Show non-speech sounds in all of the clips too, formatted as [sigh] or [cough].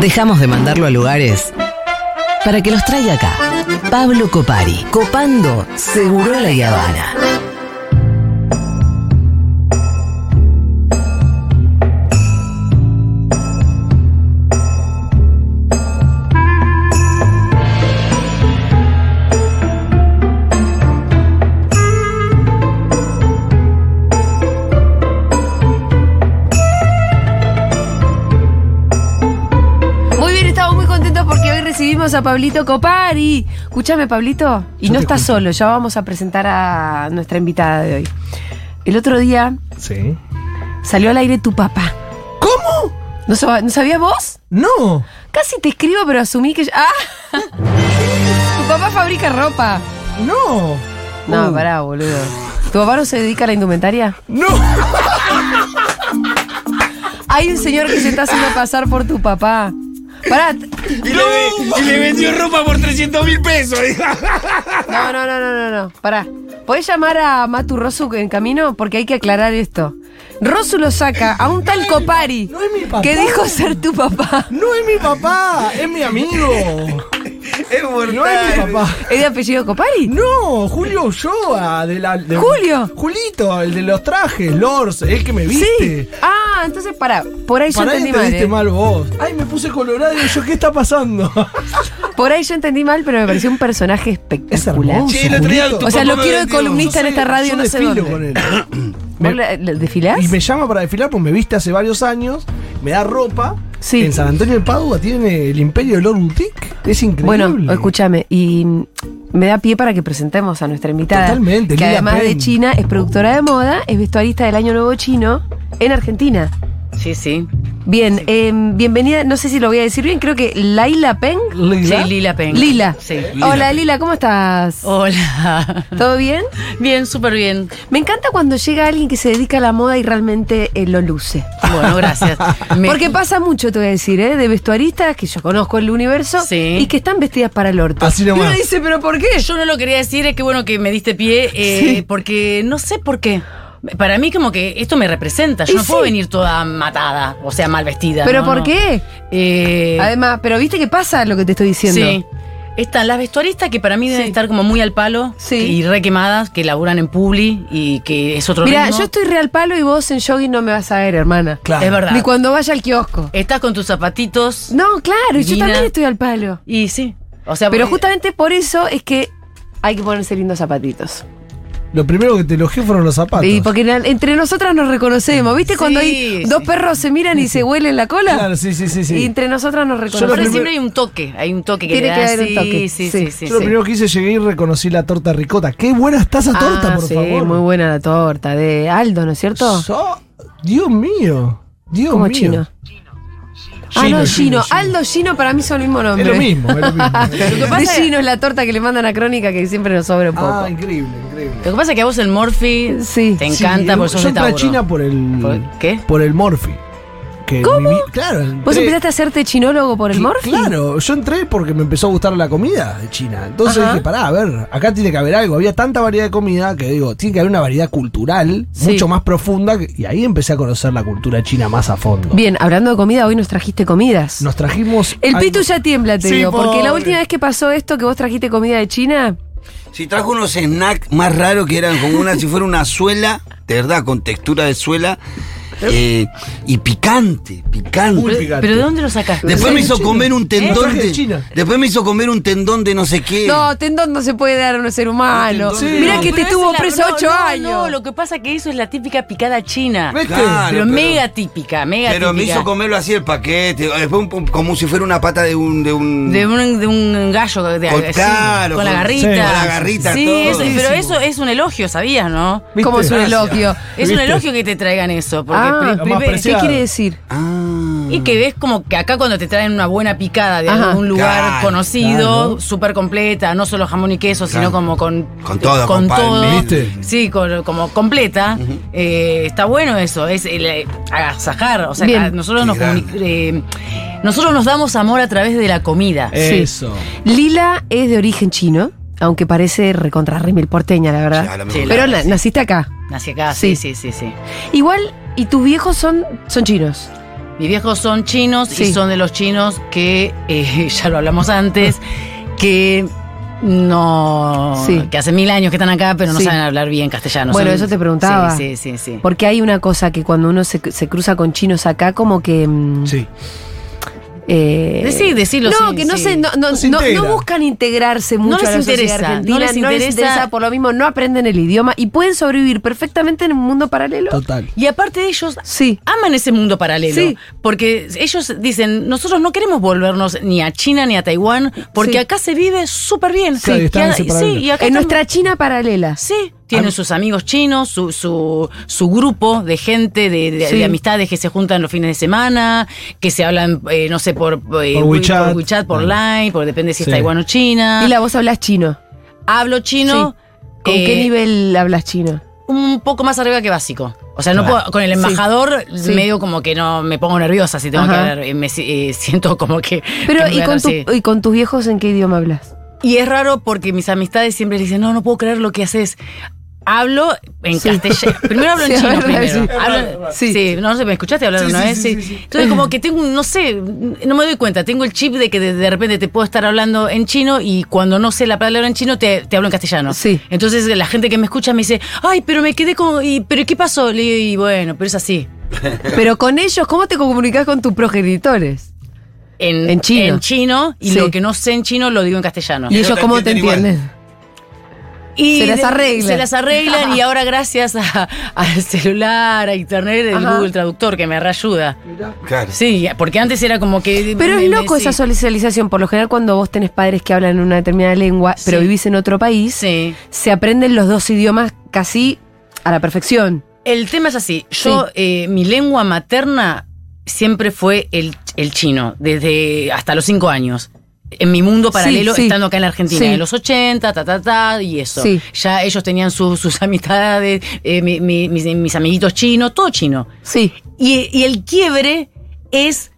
Dejamos de mandarlo a lugares para que los traiga acá. Pablo Copari, copando Seguro la Habana. Muy bien, estamos muy contentos porque hoy recibimos a Pablito Copari. Escúchame, Pablito, y Yo no te estás escucho. solo, ya vamos a presentar a nuestra invitada de hoy. El otro día Sí. salió al aire tu papá. ¿Cómo? ¿No, sab- ¿no sabías vos? No. Casi te escribo, pero asumí que... yo- ¡Ah! tu papá fabrica ropa. No. No, Uh. pará, boludo. ¿Tu papá no se dedica a la indumentaria? No. Hay un señor que se está haciendo pasar por tu papá. Pará. t- Y, le, vendió ropa por 300 mil pesos. No, no, no, no, no, no. Pará. ¿Podés llamar a Matu Rosu en camino? Porque hay que aclarar esto. Rosu lo saca a un tal Copari no es mi papá. que dijo ser tu papá. No es mi papá, es mi amigo. Es mortal. No es mi papá. ¿Es de apellido Copari? No, Julio Ulloa, de la. de- ¿Julio? Julito, el de los trajes, Lors, el que me viste. Sí. Ah, entonces pará. Por ahí yo Para entendí te mal. diste eh. mal vos. Ay, me puse colorado y yo, ¿qué está pasando? Por ahí yo entendí mal, pero me pareció un personaje espectacular. hermoso. Che, el otro día tu O sea, papá lo me quiero de vendió. columnista. Está en Yo esta sé- radio, yo no sé desfilo dónde. con él. ¿Vos Me- la- la- desfilás? Y me llama para desfilar porque me viste hace varios años, me da ropa. Sí. En San Antonio de Padua tiene el imperio de Lord Boutique. Es increíble. Bueno, escúchame, y mm, me da pie para que presentemos a nuestra invitada. Totalmente, Que Lila además de Pen. China es productora de moda, es vestuarista del Año Nuevo Chino en Argentina. Sí, sí. Bien, eh, bienvenida, no sé si lo voy a decir bien, creo que Laila Peng. Lila. Sí, Lila Peng. Lila. Sí. Hola Lila, ¿cómo estás? Hola. [laughs] ¿Todo bien? Bien, súper bien. Me encanta cuando llega alguien que se dedica a la moda y realmente eh, lo luce. Bueno, [laughs] gracias. Me- Porque pasa mucho, te voy a decir, ¿eh? de vestuaristas que yo conozco el universo Sí. y que están vestidas para el orto. Así y uno nomás. dice, ¿pero por qué? yo no lo quería decir, es que bueno que me diste pie, eh, Sí. porque no sé por qué. Para mí como que esto me representa, yo Y no puedo sí. venir toda matada, o sea, mal vestida. ¿Pero no, por no. qué? Eh, Además, pero viste que pasa lo que te estoy diciendo. Sí. Están las vestuaristas que para mí deben Sí. estar como muy al palo Sí. y re quemadas, que laburan en Publi y que es otro Mira, ritmo. yo estoy real palo y vos en jogging no me vas a ver, hermana. Claro. Es verdad. Eh, Ni cuando vaya al kiosco. Estás con tus zapatitos No, claro, y yo Divina. también estoy al palo. y sí. O sea, eh, Pero porque- justamente por eso es que hay que ponerse lindos zapatitos. Lo primero que te elogié fueron los zapatos. Y porque en- entre nosotras nos reconocemos. ¿Viste cuando hay Sí, dos sí. perros se miran y se huelen la cola? Claro, sí, sí, sí. sí. Y entre nosotras nos Yo lo Pero reconocemos. primero- siempre hay un toque, hay un toque que Tiene le que da, haber un sí, toque, Sí, sí. Yo sí, sí, lo sí. primero que hice llegué y reconocí la torta ricota. Qué buena está esa torta, Ah, por sí, favor. muy buena la torta de Aldo, ¿no es cierto? So- Dios mío. Dios Como mío. chino. Ah, no, Gino. Aldo Gino para mí son el mismo nombre. Es lo mismo, es lo mismo. [laughs] ¿eh? Lo que pasa es la torta que le mandan a Crónica que siempre nos sobra un poco. ah, increíble, increíble. Lo que pasa es que a vos el Morphy Sí. te encanta Sí, por sos yo de entré a Tauro. China por el. ¿Por qué? Por el Morphy. Que mi vi- claro. ¿Vos entré- empezaste a hacerte chinólogo por el Cl- morfi? Claro, yo entré porque me empezó a gustar la comida de China. Entonces Ajá. dije, pará, a ver, acá tiene que haber algo. Había tanta variedad de comida que digo, tiene que haber una variedad cultural Sí. mucho más profunda. que- y ahí empecé a conocer la cultura china más a fondo. Bien, hablando de comida, hoy nos trajiste comidas. Nos trajimos. El algo- pitu ya tiembla, te Sí, digo, porque la pobre. última vez que pasó esto, que vos trajiste comida de China, Si trajo unos snacks más raros que eran como una, si fuera una suela, de verdad, con textura de suela. eh, y picante, picante. Uy, picante. ¿Pero de dónde lo sacaste? Después me hizo China. comer un ¿Eh? tendón Traje de de. China. Después me hizo comer un tendón de no sé qué. no, tendón no se puede dar a un ser humano. Sí. Mirá que Pero te esa tuvo es la- preso no, ocho no, años. No, lo que pasa es que eso es la típica picada china. ¿Viste? Claro, Pero pero- mega típica, mega Pero me típica. hizo comerlo así el paquete. Después un- un- como si fuera una pata de un. De un de un, de un gallo de, Con- así, claro, con la con- garrita. sí, con la garrita, Sí, todo. eso- pero eso es un elogio, ¿sabías, no? ¿Viste? Como es un elogio. Es un ¿Viste? elogio que te traigan eso. Ah, Porque pri- Lo más pri- ¿qué preciado. quiere decir? Ah. Y que ves como que acá cuando te traen una buena picada de Mm. Ajá. algún lugar Claro, conocido, claro. súper completa, no solo jamón y queso, sino Claro. como con, Con todo, con con todo. palmito. ¿Viste? Sí, con- como completa. eh, está bueno eso, es el eh, agasajar. O sea, Bien. a- nosotros Qué nos, grande. comuni- eh, nosotros nos damos amor a través de la comida. Sí. Eso. Lila es de origen chino, aunque parece recontra remil porteña, la verdad. Sí, a lo Ah, Sí, mejor. Pero la- na- naciste acá. Hacia acá, Sí. sí, sí, sí, sí. Igual, y tus viejos son, son chinos. Mis viejos son chinos Sí. y son de los chinos que, eh, [laughs] ya lo hablamos antes, que no. Sí. que hace mil años que están acá, pero no Sí. saben hablar bien castellano. Bueno, Son- eso te preguntaba. Sí, sí, sí. sí. Porque hay una cosa que cuando uno se, se cruza con chinos acá, como que. mm, Sí. Eh, Decí, decilo, No, sí, que no, sí. se, no, no- No se no- no integra. buscan integrarse mucho les a la sociedad interesa, argentina, no les interesa. por lo mismo, no aprenden el idioma y pueden sobrevivir perfectamente en un mundo paralelo. Total. Y aparte de ellos, Sí. aman ese mundo paralelo. Sí. Porque ellos dicen, nosotros no queremos volvernos ni a China ni a Taiwán, porque Sí. acá se vive súper bien. Claro, y están en ese paralelo. y acá en están- nuestra China paralela. Sí, tienen Am- sus amigos chinos, su, su, su grupo de gente, de, de- Sí. de amistades que se juntan los fines de semana, que se hablan, eh, no sé, por, eh, Por WeChat. por, WeChat, por Line, por depende si Sí. es Taiwán o China. Y la vos hablas chino. Hablo chino. ¿Con eh, qué nivel hablas chino? Un poco más arriba que básico. O sea, no Claro. puedo- con el embajador Sí. medio como que no me pongo nerviosa si tengo que Ajá. hablar. eh, Me si- eh, [laughs] siento como que. Pero, que me ¿y van a- con, tu- sí. ¿y con tus viejos en qué idioma hablas? Y es raro porque mis amistades siempre le dicen, no, no puedo creer lo que haces. Hablo en Sí. castellano. Primero hablo Sí, en es chino. verdad, primero. sí. Hablo- Sí. sí. no sé, ¿me escuchaste hablar Sí, una sí, vez? sí, Sí. sí, sí. Entonces como que tengo, un- no sé, no me doy cuenta. Tengo el chip de que de, de repente te puedo estar hablando en chino y cuando no sé la palabra en chino te, te hablo en castellano. Sí. Entonces la gente que me escucha me dice, ay, pero me quedé con... Y, ¿Pero qué pasó? Le digo, y bueno, pero es así. Pero con ellos, ¿cómo te comunicas con tus progenitores? En, En chino. En chino. Y Sí. lo que no sé en chino lo digo en castellano. ¿Y, Y no ellos te cómo te entienden igual. entienden? Y Se las de- arreglan. Se las arreglan y ahora gracias a- al celular, a internet, el Ajá. Google Traductor que me reayuda. Claro. Sí, porque antes era como que... Pero me- es me- loco sí. esa socialización. Por lo general, cuando vos tenés padres que hablan una determinada lengua, pero Sí. vivís en otro país, Sí. se aprenden los dos idiomas casi a la perfección. El tema es así. Yo, Sí. eh, mi lengua materna siempre fue el, el chino, desde hasta los cinco años. En mi mundo paralelo, sí. estando acá en la Argentina, Sí. en los 80, ta, ta, ta, y eso. Sí. Ya ellos tenían su- sus amistades, eh, mi- mi- mis, mis amiguitos chinos, todo chino. Sí. Y, y el quiebre es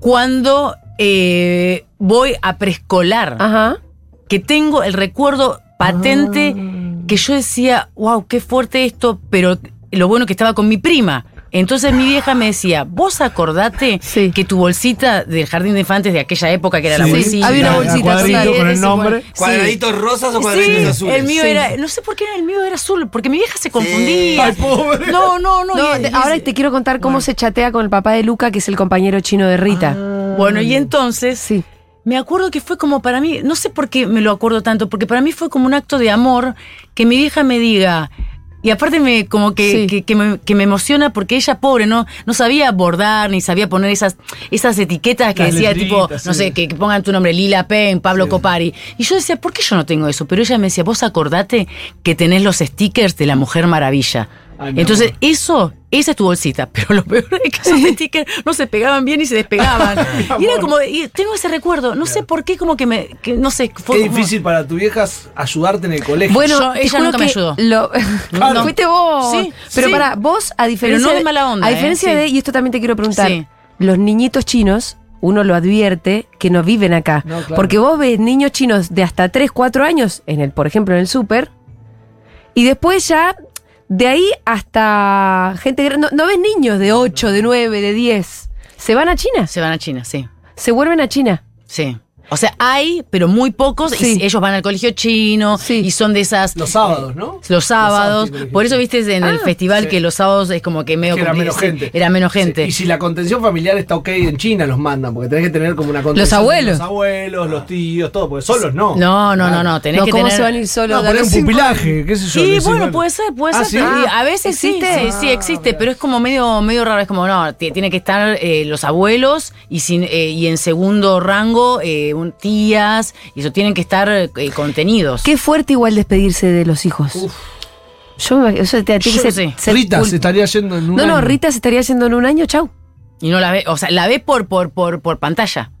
cuando eh, voy a preescolar, Ajá. que tengo el recuerdo patente Ah. que yo decía, wow, qué fuerte esto, pero lo bueno que estaba con mi prima. Entonces mi vieja me decía, vos acordate Sí. que tu bolsita del jardín de infantes de aquella época que era la Sí, bolsita. había una la- bolsita, cuadrito total. con el ese nombre. cuadro- sí. ¿Cuadraditos rosas o cuadraditos Sí, azules? el mío Sí. era, no sé por qué era el mío era azul, porque mi vieja se confundía. pobre. No, no, no. No, y- te- y- ahora te quiero contar cómo se chatea con el papá de Luca, que es el compañero chino de Rita. Bueno, y entonces Sí. Me acuerdo que fue como para mí, no sé por qué me lo acuerdo tanto, porque para mí fue como un acto de amor que mi vieja me diga. Y aparte me como que, Sí. que, que me, que me emociona porque ella pobre no no sabía bordar ni sabía poner esas esas etiquetas que Las decía letritas, tipo no sí. sé que, que pongan tu nombre Lila Pen Pablo Copari y yo decía por qué yo no tengo eso pero ella me decía vos acordate que tenés los stickers de la Mujer Maravilla Ay, mi entonces amor. eso esa es tu bolsita [laughs] pero lo peor es que esos stickers no se pegaban bien y se despegaban [laughs] y era como y tengo ese recuerdo, no sé por qué, como que me. que no sé, fue. Qué como- difícil para tu vieja ayudarte en el colegio. Bueno, Yo- te ella juro nunca me que ayudó. lo- [laughs] Claro. Fuiste vos. Sí, pero sí. para vos, a diferencia. Pero no es mala onda, A diferencia ¿eh? Sí. de, y esto también te quiero preguntar, Sí. los niñitos chinos, uno lo advierte que no viven acá. No, claro. Porque vos ves niños chinos de hasta 3, 4 años, en el, por ejemplo, en el súper, y después ya. De ahí hasta gente grande. No, no ves niños de 8, de 9, de 10. Se van a China. Se van a China, sí. Se vuelven a China. Sí. O sea, hay, pero muy pocos. Sí. Y ellos van al colegio chino Sí. y son de esas. Los sábados, ¿no? Los sábados. tiene que Por ir. eso viste en el Ah, festival sí. que los sábados es como que medio Que era compli- menos sí, gente. Era menos gente. Sí, Y si la contención familiar está ok en China, los mandan, porque tenés que tener como una contención. Los abuelos. de Los abuelos, los tíos, todo, porque solos no. No, no, no, no. Tenés No, que ¿Cómo tener. se van a ir solos? No, de a poner los un cinco pupilaje, qué sé yo. Sí, decís, bueno, puede ser, puede ¿Ah, ser. sí? Y a veces sí, ¿Existe? sí, sí, existe, pero es como medio, medio raro. Es como, no, ti- tiene que estar eh, los abuelos y, sin, eh, y en segundo rango eh, un- tías, y eso tienen que estar eh, contenidos. Qué fuerte igual despedirse de los hijos. Uf. Yo me imagino, eso te- tiene Yo que no ser- sé. ser Rita cul- se estaría yendo en un. No, no, año. Rita se estaría yendo en un año, chau. Y no la ve, o sea, la ve por, por, por, por pantalla.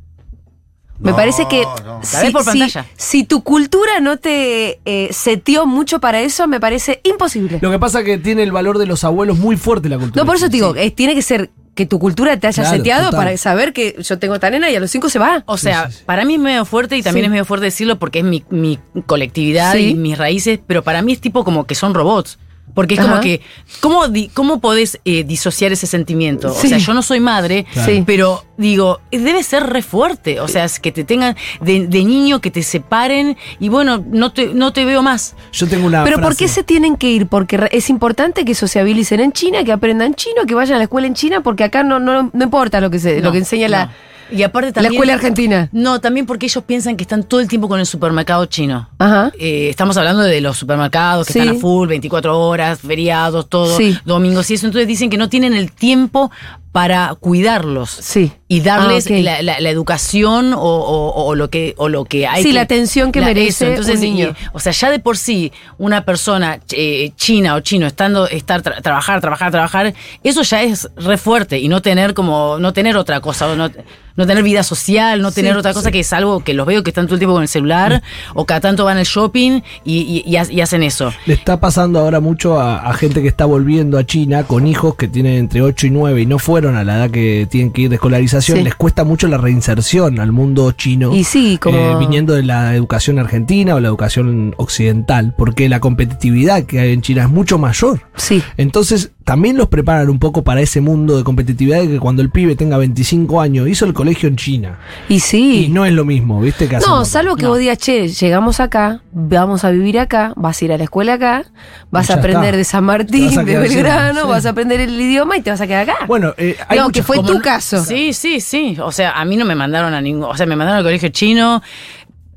Me No, parece que no. La ves por pantalla. si tu cultura no te eh, seteó mucho para eso, me parece imposible. Lo que pasa es que tiene el valor de los abuelos muy fuerte la cultura. No, por eso te digo, eh, tiene que ser que tu cultura te haya Claro, seteado total. para saber que yo tengo esta nena y a los cinco se va. O sea, sí, sí. para mí es medio fuerte y también Sí. es medio fuerte decirlo porque es mi, mi colectividad Sí. y mis raíces, pero para mí es tipo como que son robots. Porque es como Ajá. que, ¿cómo, di- cómo podés eh, disociar ese sentimiento? Sí. O sea, yo no soy madre, Claro. Sí. pero digo, eh, debe ser re fuerte. O sea, es que te tengan de, de niño, que te separen y bueno, no te, no te veo más. Yo tengo una. Pero Ah, frase. ¿por qué se tienen que ir? Porque re- es importante que sociabilicen en China, que aprendan chino, que vayan a la escuela en China, porque acá no, no, no importa lo que, se, Eh, lo No, que enseña la, no. y aparte la también- escuela argentina. No, también porque ellos piensan que están todo el tiempo con el supermercado chino. Ajá. Eh, estamos hablando de los supermercados que Sí. están a full, 24 horas, feriados, todo, Sí. domingos y eso. Entonces dicen que no tienen el tiempo para cuidarlos. Sí. Y darles Ah, ok. la, la- la educación o, o- o lo que, o lo que hay. Sí, que- la atención que merece un niño. y- o sea, ya de por sí, una persona eh, china o chino estando, estar, tra- trabajar, trabajar, trabajar, eso ya es re fuerte. Y no tener como, no tener otra cosa, o no, no tener vida social, no tener otra cosa que es algo que los veo que están todo el tiempo con el celular, Mm. o cada tanto van al shopping y, y- y ha- y hacen eso. Le está pasando ahora mucho a, a gente que está volviendo a China con hijos que tienen entre 8 y 9 y no fueron a la edad que tienen que ir de escolarización. Sí. Les cuesta mucho la reinserción al mundo chino. eh, Y sí, como- viniendo de la educación argentina o la educación occidental, porque la competitividad que hay en China es mucho mayor. Sí. Entonces, también los preparan un poco para ese mundo de competitividad de que cuando el pibe tenga 25 años, hizo el colegio en China. Y sí. Y no es lo mismo, ¿viste? Que No, hacemos- salvo que vos digas, che, llegamos acá, vamos a vivir acá, vas a ir a la escuela acá, vas Y a ya aprender está. de San Te vas a Martín, de quedar siempre, Belgrano, sí. vas a aprender el idioma y te vas a quedar acá. Bueno, eh, hay no, muchas que fue Como tu no- caso. Sí, sí, sí. O sea, a mí no me mandaron a ningún. O sea, me mandaron al colegio chino,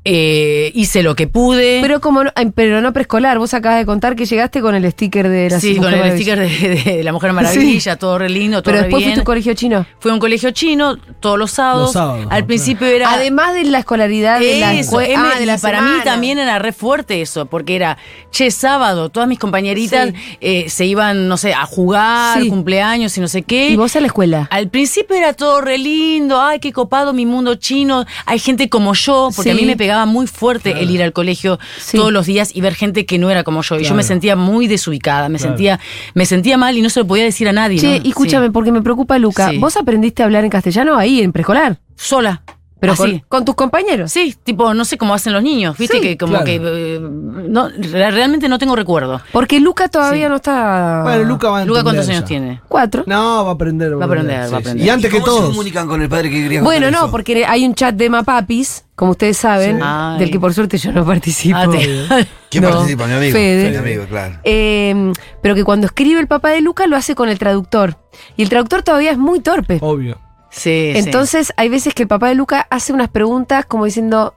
eh, hice lo que pude. Pero como no, ay, pero no preescolar, vos acabas de contar que llegaste con el sticker de la Sí, Mujer con el Maravilla. sticker de, de la Mujer Maravilla, todo re lindo, todo Pero re después bien. fuiste a un colegio chino. Fui a un colegio chino todos los sábados. Los sábados, Al claro. principio era. Además de la escolaridad de la Eso, escuela. Emma, y para mí también era re fuerte eso, porque era, che, sábado, todas mis compañeritas eh, se iban, no sé, a jugar, Sí. cumpleaños y no sé qué. ¿Y vos a la escuela? Al principio era todo re lindo, ay, qué copado mi mundo chino, hay gente como yo, porque Sí. a mí me pegaba muy fuerte el ir al colegio Sí. todos los días y ver gente que no era como yo. Y yo me Claro. sentía muy desubicada, me sentía me sentía mal y no se lo podía decir a nadie. Che, ¿no? y escúchame, Sí. porque me preocupa, Luca. Sí. ¿Vos aprendiste a hablar en castellano ahí, en preescolar? Sola. Pero Así. con, con tus compañeros. Sí, tipo, no sé cómo hacen los niños, viste Sí, que como claro. que eh, no, re- realmente no tengo recuerdo. Porque Luca todavía Sí. no está. Bueno, Luca va a Luca, ¿cuántos entender años ya. tiene? Cuatro. No, va a aprender. Va a aprender, va a aprender. Y antes que ¿Cómo se todos. comunican con el padre que quería Bueno, contar no, eso? porque hay un chat de Mapapis, como ustedes saben, Sí. Ay. del que por suerte yo no participo. Ah, [laughs] te- ¿Quién No. participa? Mi amigo. Fede. Mi amigo, claro. Eh, pero que cuando escribe el papá de Luca lo hace con el traductor. Y el traductor todavía es muy torpe. Obvio. sí, sí. Entonces hay veces que el papá de Luca hace unas preguntas como diciendo,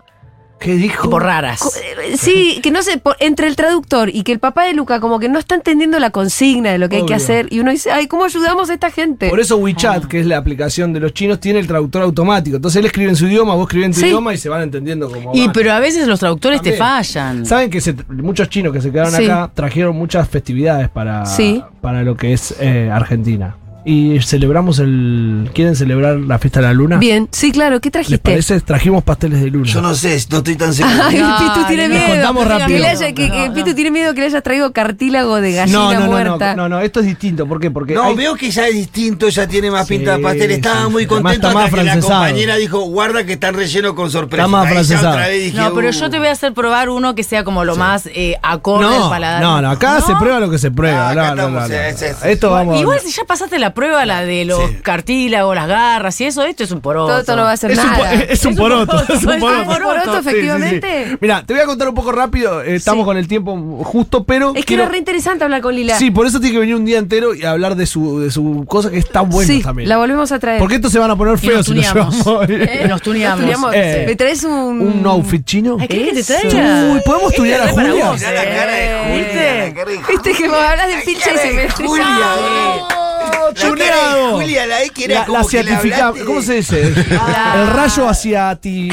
¿Qué dijo? tipo raras. co- eh, sí, que no sé, por- entre el traductor y que el papá de Luca como que no está entendiendo la consigna de lo que hay que Obvio. hacer. Y uno dice, ay, ¿cómo ayudamos a esta gente? Por eso Ah. WeChat, que es la aplicación de los chinos, tiene el traductor automático. Entonces él escribe en su idioma, vos escribís en tu Sí. idioma y se van entendiendo como. Y van. pero a veces los traductores te También. fallan. Saben que se- muchos chinos que se quedaron Sí. acá trajeron muchas festividades para, Sí. para lo que es eh, Argentina. Y celebramos el. ¿Quieren celebrar la fiesta de la luna? Bien, sí, claro, ¿qué ¿Les trajiste? parece? Trajimos pasteles de luna. Yo no sé, no estoy tan seguro. Ay, No, Pitu tiene no, miedo. contamos Que le rápido. haya- que- que No, no. Pitu tiene miedo que le hayas traído cartílago de gallina no, no, no, no, muerta. no, no, esto es distinto. ¿Por qué? Porque. No, hay- veo que ya es distinto, ya tiene más Sí, pinta de pastel. Estaba sí, muy sí. Además contento está más hasta que la francesado. compañera dijo, guarda que están relleno con sorpresa. Está más Ahí ya francesado. otra vez dije, No, pero yo "Uh". te voy a hacer probar uno que sea como lo más eh, acorde al no, paladar. no, no, acá se prueba lo que se Ah, prueba. acá No, no, no, estamos, no, eh, no. sí, sí, sí. Esto vamos. Igual si ya pasaste la prueba, la de los Sí. cartílagos, las garras y eso, esto es un poroto. Todo esto no va a ser Es un, po- nada. es un poroto. [laughs] Es un Ah, es un poroto. poroto, Sí, sí, sí. efectivamente. Mira, te voy a contar un poco rápido. eh, Estamos con el tiempo justo, pero. Es que quiero- era re interesante hablar con Lila. Sí, por eso tiene que venir un día entero y hablar de su, de su cosa que está bueno Sí, también. la volvemos a traer. Porque estos se van a poner Y nos feos si los tuneamos. llevamos. Y Nos Eh, Nos mm. tuneamos. tuneamos. Eh, ¿Me traes un. ¿Un outfit chino? Ay, ¿querés que te Eso. traiga? Uy, ¿podemos Este tunear a es re para Julia? vos, Mirá la cara de eh. Julia. la ¿Viste? cara de Viste que me hablas de pincha y se me Julia, "Ah, boludo. eh". Oh, La cara de Julia, la E que era La, como la que le certificamos. hablaste ¿Cómo se de- dice? El rayo hacia ti.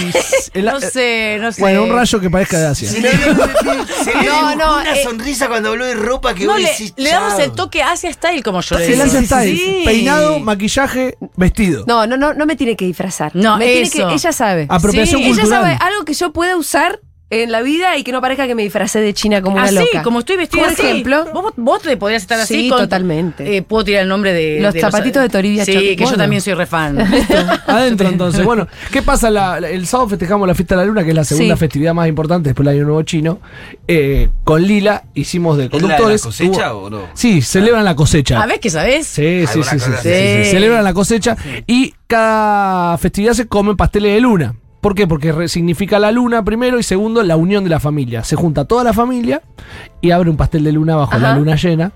el- No sé, no sé. Bueno, un rayo que parezca de Asia. [laughs] Se le, se le No, dibujó no, una eh. sonrisa cuando habló de ropa que No, vos le, decís, le damos "Chao". el toque hacia style como yo le Se digo. lanza hasta ahí. Sí. Peinado, maquillaje, vestido. No, no, no, no me tiene que disfrazar. No, me tiene eso. que- ella sabe. Apropiación Sí, Ella Ah, cultural. sabe algo que yo pueda usar en la vida y que no parezca que me disfracé de China como así, una loca. como estoy vestida Por así. ejemplo, Vos, vos te podrías estar así. Sí, totalmente. eh, puedo tirar el nombre de. Los zapatitos de Toribia Sí, Choc- que bueno. yo también [laughs] soy refan. [laughs] Adentro entonces. Bueno, ¿qué pasa? La- la- el sábado festejamos la fiesta de la luna, que es la segunda Sí. festividad más importante después del Año Nuevo Chino. Eh, con Lila hicimos de la de la conductores. cosecha o no? Sí, celebran la cosecha. A ver, ¿qué sabés? Sí, sí, Alguna sí, sí, cosa sí, así. sí, sí. Sí. Celebran la cosecha y cada festividad se comen pasteles de luna. ¿Por qué? Porque re- significa la luna primero y segundo la unión de la familia. Se junta toda la familia y abre un pastel de luna bajo la Ajá. luna llena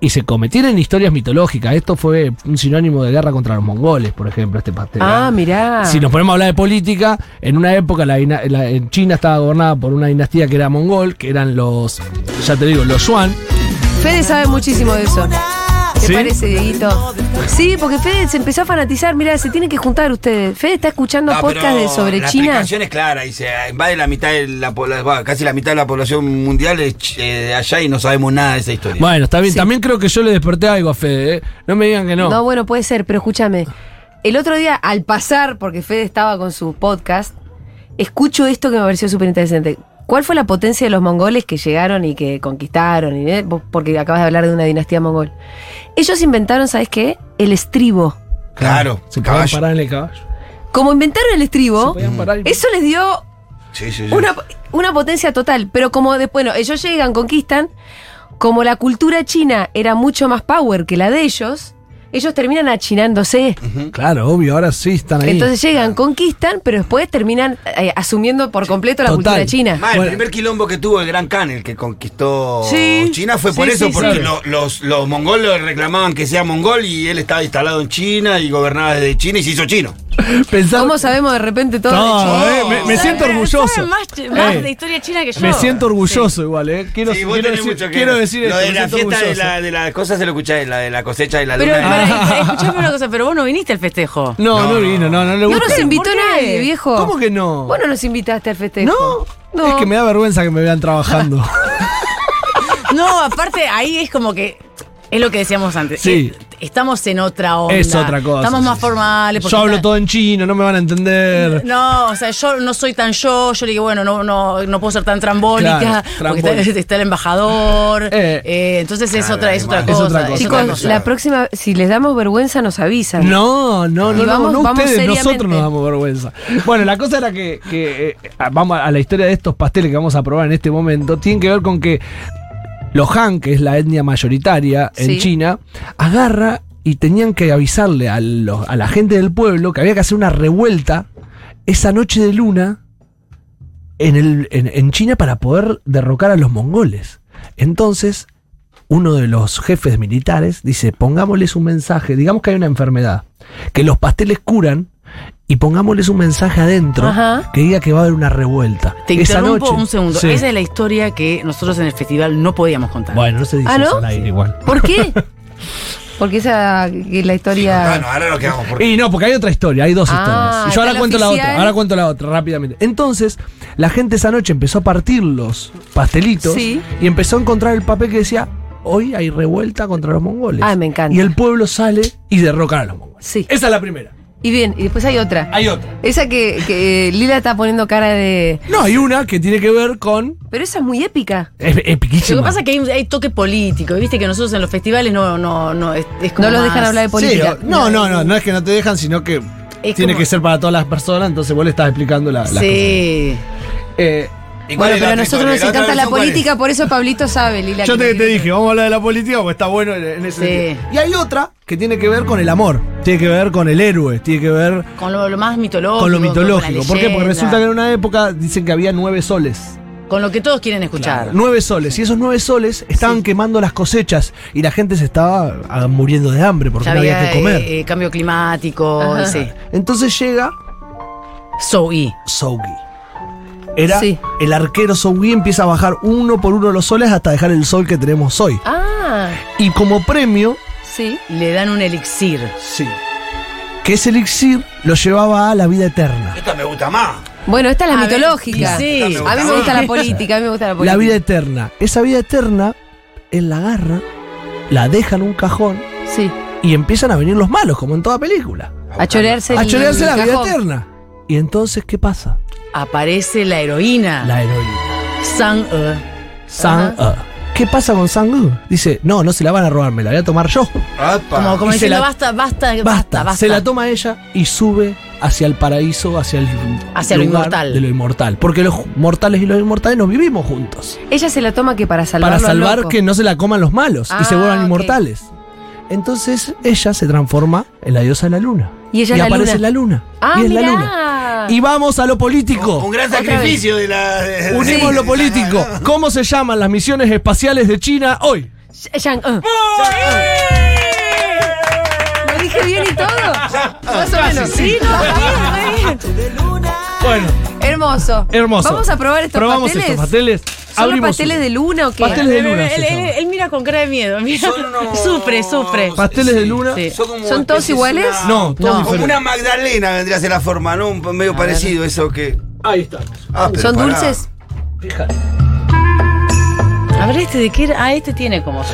y se come. Tienen historias mitológicas. Esto fue un sinónimo de guerra contra los mongoles, por ejemplo, este pastel. ah, mirá. Si nos ponemos a hablar de política, en una época la, dina- la- en China estaba gobernada por una dinastía que era mongol, que eran los, ya te digo, los Yuan. Fede sabe muchísimo de eso. ¿Te ¿Sí? parece, Dieguito? Sí, porque Fede se empezó a fanatizar. Mira, se tienen que juntar ustedes. Fede está escuchando Ah, podcast pero de sobre la La China. explicación es clara, dice, invade la mitad de la, po- la- va, casi la mitad de la población mundial es ch- eh, de allá y no sabemos nada de esa historia. Bueno, está bien. También creo que yo le desperté algo a Fede. ¿eh? No me digan que no. No. bueno, puede ser, pero escúchame. El otro día, al pasar, porque Fede estaba con su podcast, escucho esto que me pareció súper interesante. ¿Cuál fue la potencia de los mongoles que llegaron y que conquistaron? Y, eh, vos- Porque acabas de hablar de una dinastía mongol. Ellos inventaron, ¿sabes qué? El estribo. claro, Se podían caballo. parar en el caballo. Como inventaron el Se estribo, podían parar y- eso les dio Sí, sí, sí. una, una potencia total. Pero como después, bueno, ellos llegan, conquistan, como la cultura china era mucho más power que la de ellos, ellos terminan achinándose. Claro, obvio. Ahora sí están ahí. Entonces llegan, conquistan, pero después terminan eh, asumiendo por completo la Total. cultura china. Ma, el Bueno. primer quilombo que tuvo el Gran Khan, el que conquistó Sí. China, fue por Sí, eso, sí, porque sí. lo- los, los mongolos reclamaban que sea mongol y él estaba instalado en China y gobernaba desde China y se hizo chino. Pensaba- ¿Cómo sabemos de repente todo? de No, China? eh, me, me siento Saben orgulloso. más, más Eh, de historia china que yo. me siento orgulloso igual, ¿eh? Quiero, Sí, vos quiero, tenés decir, mucho que- quiero decir Lo esto, de me la siento fiesta de orgulloso. la, de la cosa se lo escucháis, la de la cosecha de la Pero luna. pará, eh, escuchame una cosa, pero vos no viniste al festejo. Ah. No, no, vino, no, no le No gusta. nos invitó ¿Por qué? nadie, viejo. ¿Cómo que no? Vos no nos invitaste al no. festejo. Es que me da vergüenza que me vean trabajando. No, aparte ahí es como que es lo que decíamos antes. Sí. Es- Estamos en otra [laughs] onda. Es otra cosa, Estamos sí, más sí. formales. porque Yo hablo está- todo en chino, no me van a entender. No, o sea, yo no soy tan yo, yo le dije, bueno, no, no, no puedo ser tan Claro, trambólica, porque trambólica. está, está el embajador, Eh. eh, entonces es Claro, otra, es ahí otra va. cosa. Es otra cosa. es otra Chicos, cosa. la próxima, si les damos vergüenza, nos avisan. No, no, Y no, vamos- no, no vamos ustedes, seriamente. nosotros nos damos vergüenza. Bueno, la cosa era que, que, eh, vamos a la historia de estos pasteles que vamos a probar en este momento, tiene que ver con que los Han, que es la etnia mayoritaria en Sí. China, agarra y tenían que avisarle a, los- a la gente del pueblo que había que hacer una revuelta esa noche de luna en, el, en, en China para poder derrocar a los mongoles. Entonces, uno de los jefes militares dice, pongámosles un mensaje, digamos que hay una enfermedad, que los pasteles curan y pongámosles un mensaje adentro Ajá. que diga que va a haber una revuelta. Te Esa interrumpo noche. un segundo. Sí. Esa es la historia que nosotros en el festival no podíamos contar. Bueno, no se dice ¿Ah, no? eso al aire igual. ¿Por [laughs] qué? Porque esa que la historia. Bueno, Ah, ahora lo que vamos por Y no, porque hay otra historia, hay dos Ah, historias. Y yo está ahora la cuento la oficial. otra, ahora cuento la otra rápidamente. Entonces, la gente esa noche empezó a partir los pastelitos Sí. y empezó a encontrar el papel que decía, hoy hay revuelta contra los mongoles. Ay, me encanta. Y el pueblo sale y derroca a los mongoles. Sí. Esa es la primera. Y bien, y después hay otra. Hay otra. Esa que, que Lila está poniendo cara de. No, hay una que tiene que ver con... Pero esa es muy épica. Es, es Lo piquísima. que pasa es que hay, hay toque político, viste que nosotros en los festivales no, no, no, es, es como No los más- dejan hablar de Sí, política. o- no, no, no, no es que no te dejan, sino que Es tiene como- que ser para todas las personas, entonces vos le estás explicando la, las Sí. cosas. Eh, ¿Y cuál Bueno, es pero la a otra nosotros historia? nos otra encanta la versión, ¿cuál es? política, por eso Pablito sabe, Lila. Yo que te, nos te dice. dije, vamos a hablar de la política porque está bueno en en ese Sí. sentido. Y hay otra que tiene que ver con el amor, tiene que ver con el héroe, tiene que ver Con lo, lo más mitológico. con lo con mitológico. la ¿Por qué? Porque leyenda, resulta que en una época dicen que había nueve soles. Con lo que todos quieren escuchar. Nueve soles. Y esos nueve soles estaban quemando las cosechas y la gente se estaba ah, muriendo de hambre porque Ya no había, había que comer. eh, eh, cambio climático, Ajá. sí. Entonces llega Zoe. Sougi. Era Sí. el arquero Sougi empieza a bajar uno por uno los soles hasta dejar el sol que tenemos hoy. Ah, Y como premio sí. Le dan un elixir. Sí. Que ese elixir lo llevaba a la vida eterna. Esta me gusta más. Bueno, esta es la A ver, mitológica. sí. A mí me gusta la [laughs] política, a mí me gusta la política. La vida eterna. Esa vida eterna, él la agarra, la deja en un cajón Sí. y empiezan a venir los malos, como en toda película. A chorearse A el- chorearse el la vida cajón. eterna. ¿Y entonces qué pasa? Aparece la heroína. E, La heroína. Sang-e. Sang ¿Qué pasa con Sang-e? Dice, no, no se la van a robar, me la voy a tomar yo. Como, como Y se diciendo, la- basta, basta, basta, Basta, basta. Se la toma ella y sube hacia el paraíso, hacia el Hacia lo lugar inmortal. De lo inmortal. Porque los mortales y los inmortales nos vivimos juntos. Ella se la toma que para salvarlo para al salvar loco. que no se la coman los malos y se Ah, vuelvan ok. inmortales. Entonces ella se transforma en la diosa de la luna. Y ella es la aparece luna. la luna. Ah, y es mirá. la luna. Y vamos a lo político. Un gran Otra sacrificio de la. de- de- Unimos de- lo político. ¿Cómo se llaman las misiones espaciales de China hoy? Sh- Shang-e. Lo dije bien y todo. Más o menos. Sí, no, muy bien, muy bien. Bueno, Hermoso. hermoso. Vamos a probar estos Probamos pasteles. estos pasteles. ¿Son los Abrimos pasteles uno. de luna o qué? Pasteles de luna. Él, se él- llama. él mira con cara de miedo. mira. Son unos- [laughs] Sufre, sufre. Pasteles de luna. Sí. Son, como ¿Son todos especies, iguales? una- No, todos No. Como diferentes. una Magdalena vendría a ser la forma, ¿no? Un medio parecido eso que. Ahí estamos. Ah, pero ¿Son pará. dulces? Fíjate. A ver, este de qué era. Ah, este tiene como su.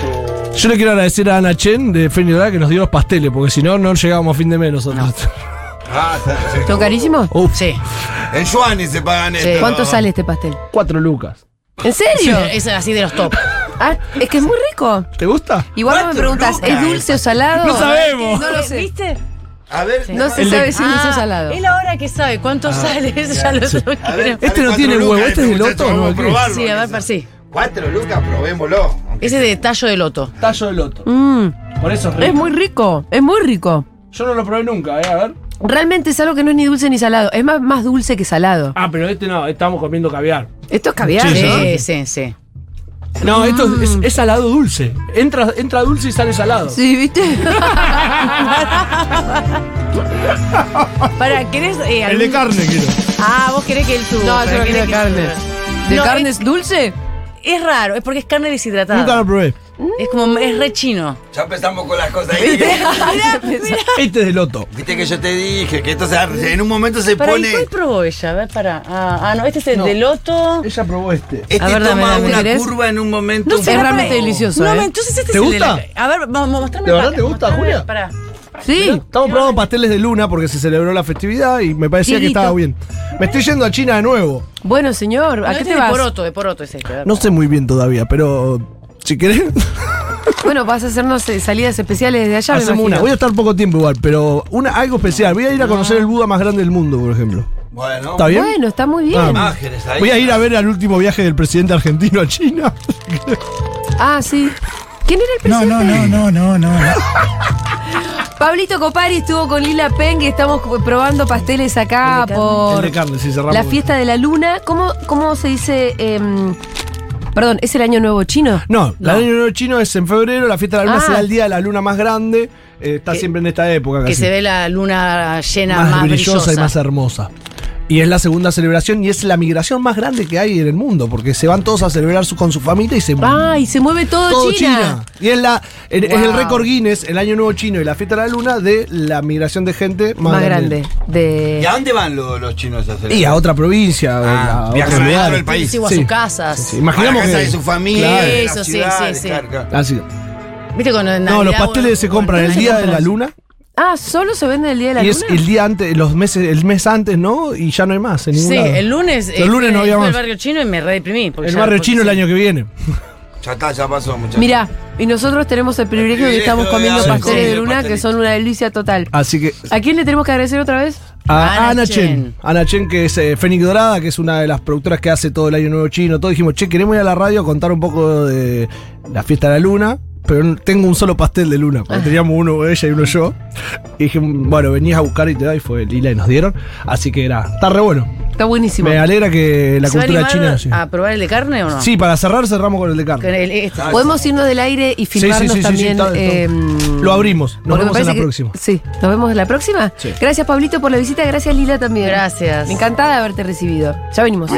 Yo le quiero agradecer a Ana Chen de Fenidora que nos dio los pasteles, porque si no, no llegábamos a fin de mes nosotros. Ah, está- sí. ¿Son carísimos? Uf, Sí. En Juanes se pagan esto. ¿Cuánto sale este pastel? cuatro lucas. ¿En Sí, serio? Es así de los top. Ah, es que es muy rico. ¿Te gusta? Igual vos me preguntas, ¿es dulce o salado? No sabemos. No lo sé. ¿Viste? Ah, A ver. No se El de- Ah, sabe si es dulce o salado. Él ahora que sabe cuánto sale, [laughs] eso ya lo sé. A ver, Este sale no tiene cuatro huevo, lucas, este es el muchacho, otro, vamos ¿no? a ¿Qué? probarlo. Sí, a ver, para sí. Cuatro lucas, probémoslo. Ese de tallo de loto. Tallo de loto. Mm, Por eso es muy rico, es muy rico. Yo no lo probé nunca, ¿eh? A ver. Realmente es algo que no es ni dulce ni salado. Es más, más dulce que salado. Ah, pero este no, estamos comiendo caviar. Esto es caviar, Sí, ¿eh? Sí, sí, sí. No, esto es, es- es salado dulce. Entra, entra dulce y sale salado. Sí, ¿viste? [laughs] Para, ¿querés. eh, El de algún- carne quiero. Ah, vos querés que el tubo. No, pero yo no querés quiero que- carne. ¿De No, carne es- es [laughs] dulce? Es raro, es porque es carne deshidratada. Nunca lo probé. Es como, es re chino. Ya empezamos con las cosas. ¿Viste? Este es de loto. [laughs] Viste que yo te dije que esto se, en un momento se Para, ¿y pone. cuál probó ella? A ver, para. Ah, ah, no, este es el No. de loto. Ella probó este. Este A ver, dame, toma dame, una ¿querés? curva en un momento. un sé, será es poco- realmente delicioso, No, ¿eh? entonces este ¿Te es el de la- gusta? A ver, vamos, mostrame. ¿De verdad pa- te gusta, mostrame, Julia? Pará. Sí. Estamos probando pasteles de luna porque se celebró la festividad y me parecía que Chiquito. estaba bien. Me estoy yendo a China de nuevo. Bueno, señor, ¿a No, qué este te de vas? poroto, de poroto es este. a ver. No sé muy bien todavía, pero si querés, Bueno, vas a hacernos eh, salidas especiales desde allá, me [laughs] hacemos una. imagino. Voy a estar poco tiempo igual, pero una, algo especial. Voy a ir a conocer el Buda más grande del mundo, por ejemplo. Bueno. ¿Está bien? Bueno, está muy bien. Ah. Ah, Imágenes ahí. Voy a ir a ver al último viaje del presidente argentino a China. Ah, sí. ¿Quién era el No, presidente? no, no, no, no, no. [laughs] Pablito Copari estuvo con Lila Peng y estamos co- probando pasteles acá El por de carne, si cerramos. la fiesta de la luna. ¿Cómo, cómo se dice? em, perdón, ¿es el año nuevo chino? No, el año nuevo chino es en febrero, la fiesta de la luna Ah. será el día de la luna más grande. eh, está Que- siempre en esta época Que casi. se ve la luna llena más, más, brillosa y más hermosa. Y es la segunda celebración y es la migración más grande que hay en el mundo, porque se van todos a celebrar su- con su familia y se ¡Ay, se mueve todo, todo China. China. Y es, la, en- es el Wow. récord Guinness, el año nuevo chino y la fiesta de la luna, de la migración de gente más, Más, grande. ¿Y De... a dónde van lo- los, chinos a hacer? Y a otra provincia, Ah, a viajan otro adentro lugar. del país. Sí, o a Sí. sus casas. Sí, Imaginamos a la casa que- de su familia. Claro. de las Eso, sí, ciudades, sí, sí. claro, claro. Así. ¿Viste con No, los pasteles se compran el día de la luna Ah, solo se vende el día de la y es luna. el día antes, los meses, el mes antes, ¿no? Y ya no hay más. En ningún Sí, lado. el lunes. eh, El lunes no fui- había fui al más. barrio chino y me re deprimí. porque El ya- barrio porque chino el sí. año que viene. Ya está, ya pasó, muchachos. Mirá, y nosotros tenemos el privilegio de que estamos comiendo Sí. pasteles de luna, Pastelito. que son una delicia total. Así que ¿A quién le tenemos que agradecer otra vez? A Ana Ana Chen. Chen. Ana Chen, que es eh, Fénix Dorada, que es una de las productoras que hace todo el Año Nuevo Chino. Todos dijimos, che, queremos ir a la radio a contar un poco de la fiesta de la luna, pero no- tengo un solo pastel de luna, porque teníamos uno ella y uno yo. Y dije, bueno, venías a buscar y te da, y fue Lila y nos dieron. Así que era, está re bueno. Está buenísimo. Me alegra que la ¿Se va a cultura china. animar Sí. Ah, ¿A probar el de carne o no? Sí, para cerrar, cerramos con el de Con carne. el- este. Podemos irnos del aire y Sí, sí, filmarnos sí, sí, sí, también. está- está- em, Lo abrimos. Nos porque me vemos en parece la que- próxima. Sí, nos vemos en la próxima. Sí. Gracias, Pablito, por la visita. Gracias, Lila, también. Gracias. Me encantada de haberte recibido. Ya venimos.